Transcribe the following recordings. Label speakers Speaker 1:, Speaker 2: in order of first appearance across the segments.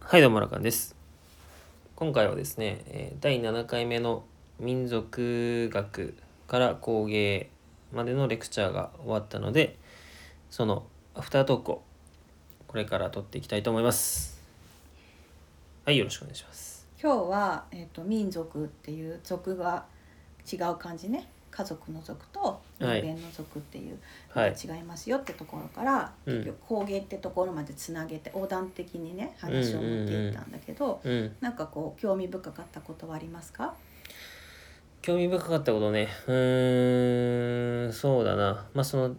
Speaker 1: はいどうもラカンです今回はですねえー第7回目の民族学から工芸までのレクチャーが終わったのでそのアフタートークをこれから撮っていきたいと思いますはいよろしくお願いします
Speaker 2: 今日は、えっと民族っていう族が違う感じね家族の族と人
Speaker 1: はい
Speaker 2: 間の族っていう、
Speaker 1: はい
Speaker 2: 違いますよってところから、
Speaker 1: うん
Speaker 2: 結局工芸ってところまでつなげて横断的にね話を持っていったんだけど、
Speaker 1: うん
Speaker 2: なんかこう興味深かったことはありますか
Speaker 1: 興味深かったことねうーんそうだなまあその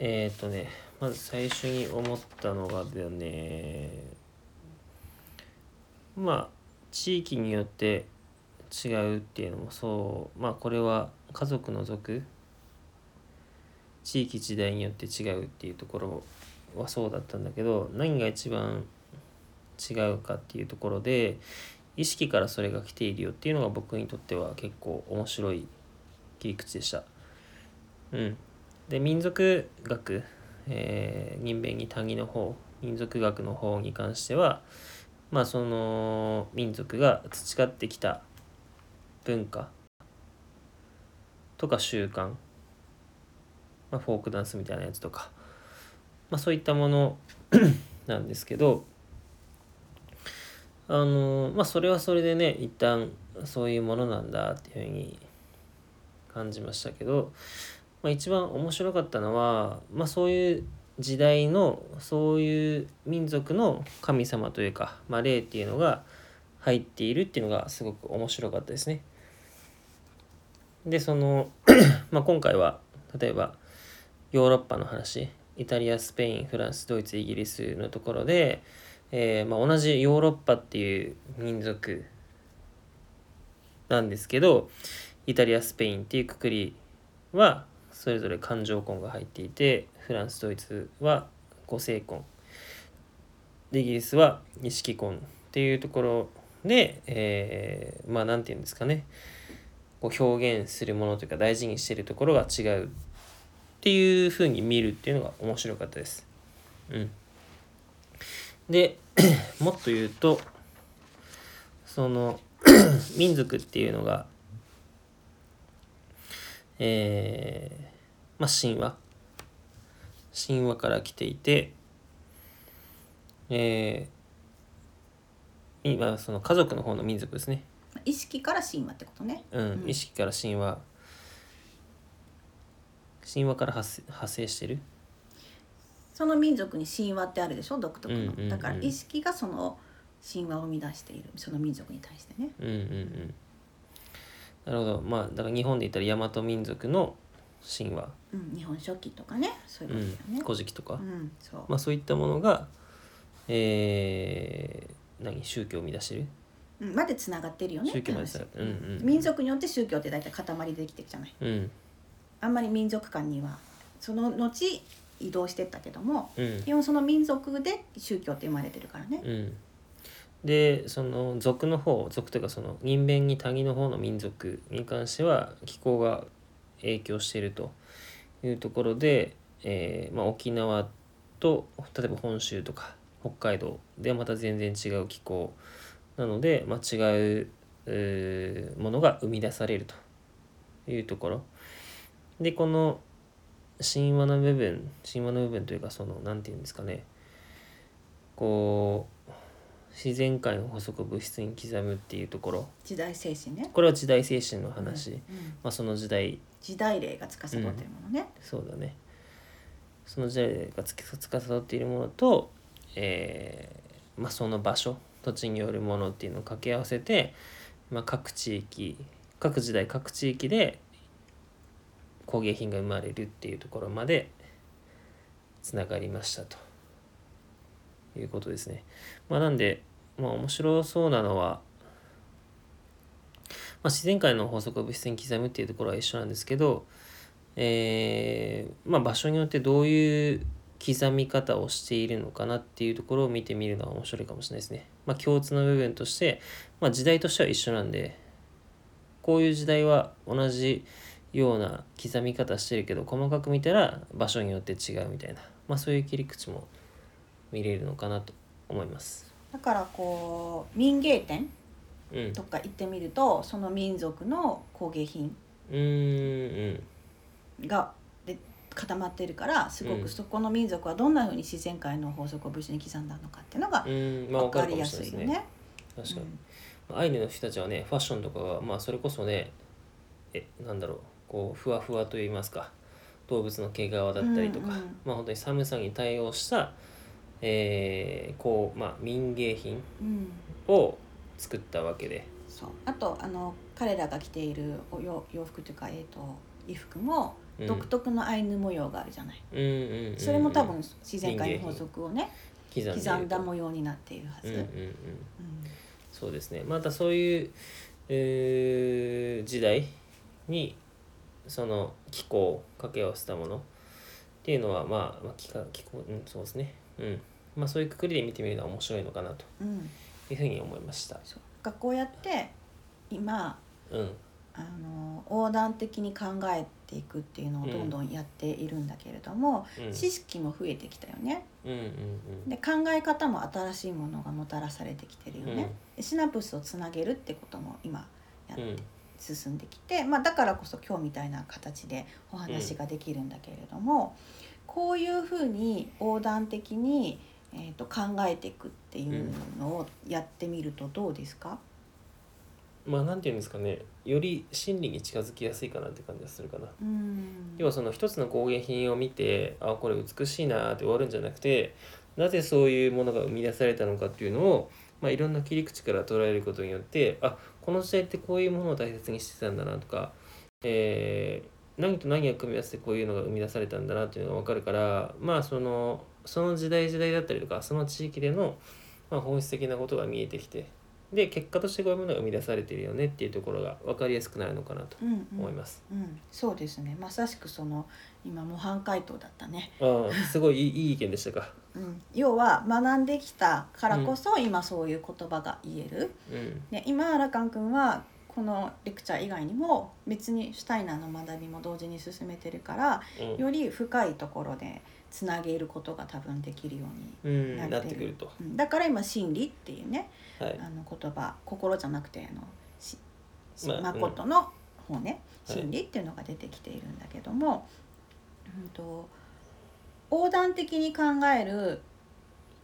Speaker 1: えっ、ー、とねまず最初に思ったのがだよねまあ地域によって違うっていうのもそうまあこれは家族の族地域時代によって違うっていうところはそうだったんだけど何が一番違うかっていうところで意識からそれが来ているよっていうのが僕にとっては結構面白い切り口でした。うん、で民族学、えー、人弁に単義の方民族学の方に関してはまあその民族が培ってきた文化とか習慣、まあ、フォークダンスみたいなやつとか、まあ、そういったものなんですけどあのまあそれはそれでね一旦そういうものなんだっていうふうに感じましたけど、まあ、一番面白かったのは、まあ、そういう時代のそういう民族の神様というか、まあ、霊っていうのが入っているっていうのがすごく面白かったですね。でその まあ今回は例えばヨーロッパの話イタリアスペインフランスドイツイギリスのところで、えーまあ、同じヨーロッパっていう民族なんですけどイタリアスペインっていうくくりはそれぞれ感情婚が入っていてフランスドイツは五性婚でイギリスは錦婚っていうところで、えーまあなんて言うんですかねこう表現するものというか大事にしてるところが違うっていうふうに見るっていうのが面白かったです。うん、で もっと言うとその 民族っていうのがえーまあ神話神話から来ていてえー今その家族の方の民族ですね
Speaker 2: 意識から神話ってことね。
Speaker 1: うん、
Speaker 2: うん
Speaker 1: 意識から神話神話から発生派生してる
Speaker 2: その民族に神話ってあるでしょ独特の、
Speaker 1: うんうんうん
Speaker 2: だから意識がその神話を生み出しているその民族に対してね。
Speaker 1: うんうんうんなるほどまあだから日本で言ったら大和民族の神話、
Speaker 2: うん、日本書紀とかねそういううこと
Speaker 1: ん
Speaker 2: だよね。
Speaker 1: 古事記とか、
Speaker 2: うん、そう、
Speaker 1: まあ、そういったものが、えー何宗教を生み出してる
Speaker 2: うん、までつながってるよね
Speaker 1: 宗教までつながってる
Speaker 2: って話
Speaker 1: うんうんうん
Speaker 2: 民族によって宗教って大体塊でできてるじゃない
Speaker 1: うん
Speaker 2: あんまり民族間にはその後移動してったけども
Speaker 1: うん
Speaker 2: 基本その民族で宗教って生まれてるからね、
Speaker 1: うん、でその族の方族というかその人弁に谷の方の民族に関しては気候が影響しているというところで、えーまあ、沖縄と例えば本州とか北海道ではまた全然違う気候なので、まあ、違ううーものが生み出されるというところでこの神話の部分神話の部分というかその何て言うんですかねこう自然界の補足を物質に刻むっていうところ
Speaker 2: 時代精神ね
Speaker 1: これは時代精神の話、
Speaker 2: うん
Speaker 1: まあ、その時代
Speaker 2: 時代霊が司っているものね、
Speaker 1: そうだねその時代がつき司っているものと、えーまあ、その場所土地によるものっていうのを掛け合わせて、まあ、各地域各時代各地域で工芸品が生まれるっていうところまでつながりましたということですね。まあ、なんで、まあ、面白そうなのは、まあ、自然界の法則を物質に刻むっていうところは一緒なんですけど、えーまあ、場所によってどういう刻み方をしているのかなっていうところを見てみるのは面白いかもしれないですね。まあ、共通の部分として、まあ、時代としては一緒なんでこういう時代は同じような刻み方してるけど細かく見たら場所によって違うみたいな、まあ、そういう切り口も見れるのかなと思います。
Speaker 2: だからこう民芸店
Speaker 1: うん、
Speaker 2: とか行ってみるとその民族の工芸品
Speaker 1: うーんうん
Speaker 2: がで固まってるからすご
Speaker 1: うん
Speaker 2: くそこの民族はどんなふうに自然界の法則を無事に刻んだのかっていうのが
Speaker 1: うんまあ分
Speaker 2: 分
Speaker 1: か
Speaker 2: か
Speaker 1: るか
Speaker 2: り
Speaker 1: も
Speaker 2: や
Speaker 1: しれ
Speaker 2: す
Speaker 1: ない
Speaker 2: い
Speaker 1: です
Speaker 2: よ
Speaker 1: ね
Speaker 2: ね。
Speaker 1: 確かに、アイヌの人たちはねファッションとかはまあそれこそねえなんだろうこうふわふわといいますか動物の毛皮だったりとか、
Speaker 2: うんうん
Speaker 1: まあ本当に寒さに対応した、えーこうまあ民芸品
Speaker 2: うんうん
Speaker 1: を作ったわけで、
Speaker 2: そうあとあの彼らが着ているお洋洋服というか、えー、と衣服も
Speaker 1: うん、
Speaker 2: 独特のアイヌ模様があるじゃない、
Speaker 1: うんうんうんうん
Speaker 2: それも多分自然界の法則をね
Speaker 1: 刻んでいると
Speaker 2: 刻んだ模様になっているはず。
Speaker 1: うんうんうん
Speaker 2: うん
Speaker 1: そうですねまたそういう、えー時代にその気候掛け合わせたものっていうのはまあ、まあ、気か気候、うん、そうですねうんまあそういうくくりで見てみるのは面白いのかなと
Speaker 2: うん、
Speaker 1: いうふうに思いました
Speaker 2: そう学校やって今
Speaker 1: うん
Speaker 2: あの横断的に考えていくっていうのをどんどんやっているんだけれども、
Speaker 1: うん
Speaker 2: 知識も増えてきたよね
Speaker 1: うんうん
Speaker 2: で考え方も新しいものがもたらされてきてるよね、でシナプスをつなげるってことも今やっ
Speaker 1: うんうん
Speaker 2: 進んできて、まあ、だからこそ今日みたいな形でお話ができるんだけれども、こういうふうに横断的に、えー、と考えていくっていうのをやってみるとどうですか、
Speaker 1: まあなんていうんですかねより真理に近づきやすいかなって感じがするかな
Speaker 2: うん
Speaker 1: 要はその一つの工芸品を見てあこれ美しいなーって終わるんじゃなくてなぜそういうものが生み出されたのかっていうのを、まあ、いろんな切り口から捉えることによってあこの時代ってこういうものを大切にしてたんだなとか、えー何と何が組み合わせてこういうのが生み出されたんだなっていうのが分かるからまあそのその時代時代だったりとかその地域での、まあ、本質的なことが見えてきてで結果としてこういうものが生み出されてるよねっていうところが分かりやすくなるのかなと
Speaker 2: うんうん
Speaker 1: 思います。
Speaker 2: うん、そうですねまさしくその今模範解答だったね、
Speaker 1: ああすごいいいいい意見でしたか。
Speaker 2: うん、要は学んできたからこそ今そういう言葉が言える、
Speaker 1: うん
Speaker 2: で今ラカン君はこのレクチャー以外にも別にシュタイナーの学びも同時に進めてるから
Speaker 1: うん
Speaker 2: より深いところでつなげることが多分できるよう
Speaker 1: う
Speaker 2: に
Speaker 1: ん、
Speaker 2: なって
Speaker 1: なってくると。
Speaker 2: うんだから今真理っていうね
Speaker 1: はい。
Speaker 2: あの言葉心じゃなくてあのし
Speaker 1: まあ
Speaker 2: 誠の方ね、
Speaker 1: はい
Speaker 2: 真理っていうのが出てきているんだけども、うん、と横断的に考える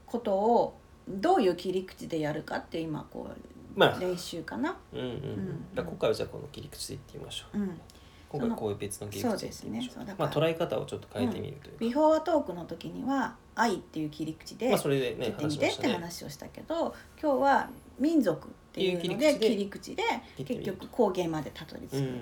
Speaker 2: ことをどういう切り口でやるかって今こ
Speaker 1: ま
Speaker 2: う
Speaker 1: あ、
Speaker 2: 練習かな。
Speaker 1: うんうんうん。だから今回はじゃあこの切り口でいってみましょう。
Speaker 2: うん、
Speaker 1: 今回こういう別の切り口でいってみましょう。
Speaker 2: そうですねそうだか
Speaker 1: ま
Speaker 2: ら
Speaker 1: あ捉え方をちょっと変えてみるというか。
Speaker 2: ビフォートークの時には愛っていう切り口で
Speaker 1: まあそれで
Speaker 2: 切
Speaker 1: ね
Speaker 2: って
Speaker 1: 話
Speaker 2: み
Speaker 1: してま
Speaker 2: っ
Speaker 1: した
Speaker 2: て
Speaker 1: ね。
Speaker 2: 話をしたけど、今日は民族っていうの
Speaker 1: い
Speaker 2: で
Speaker 1: う切り口で
Speaker 2: 切り口で
Speaker 1: 切ってみ
Speaker 2: 結
Speaker 1: る
Speaker 2: 局工芸までたどり着く。
Speaker 1: うんうんうんう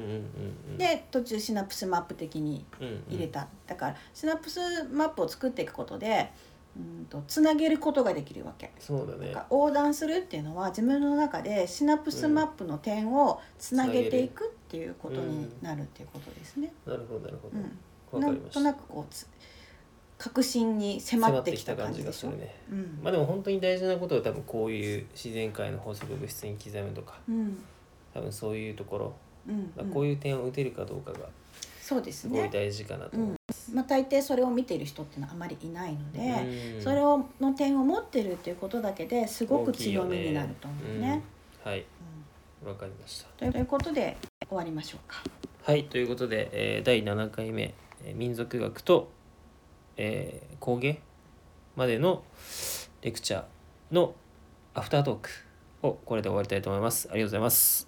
Speaker 1: ん。
Speaker 2: で途中シナプスマップ的に
Speaker 1: うんうん、
Speaker 2: 入れた、だからシナプスマップを作っていくことでうんとつなげることができるわけ。
Speaker 1: そうだね
Speaker 2: なん。か横断するっていうのは自分の中でシナプスマップの点をつなげていくっていうことになるっていうことですね。
Speaker 1: なるほどなるほ
Speaker 2: うん
Speaker 1: ど。わか
Speaker 2: なん
Speaker 1: りま
Speaker 2: と
Speaker 1: し
Speaker 2: な
Speaker 1: た。
Speaker 2: くこうつ確信に迫ってきた感じでしょ。
Speaker 1: ね。
Speaker 2: うん
Speaker 1: まあでも本当に大事なことは多分こういう自然界の法則を物質に刻むとか、
Speaker 2: うん
Speaker 1: 多分そういうところ、
Speaker 2: うん
Speaker 1: まあ
Speaker 2: うん
Speaker 1: こういう点を打てるかどうかが
Speaker 2: そうです
Speaker 1: すごい
Speaker 2: ね。
Speaker 1: 大事かなと
Speaker 2: う
Speaker 1: 思い
Speaker 2: ん
Speaker 1: ま
Speaker 2: まあ大抵それを見ている人っていうのはあまりいないの
Speaker 1: す。
Speaker 2: で。
Speaker 1: うん
Speaker 2: それをの点を持ってるっていうことだけですごく
Speaker 1: 大きいよ
Speaker 2: 強み
Speaker 1: ね
Speaker 2: になると思うね。
Speaker 1: うんはい
Speaker 2: うん
Speaker 1: わかりました
Speaker 2: ということで終わりましょうか。
Speaker 1: はいということで、えー第7回目、えー民族学と、えー工芸までのレクチャーのアフタートークをこれで終わりたいと思いますありがとうございます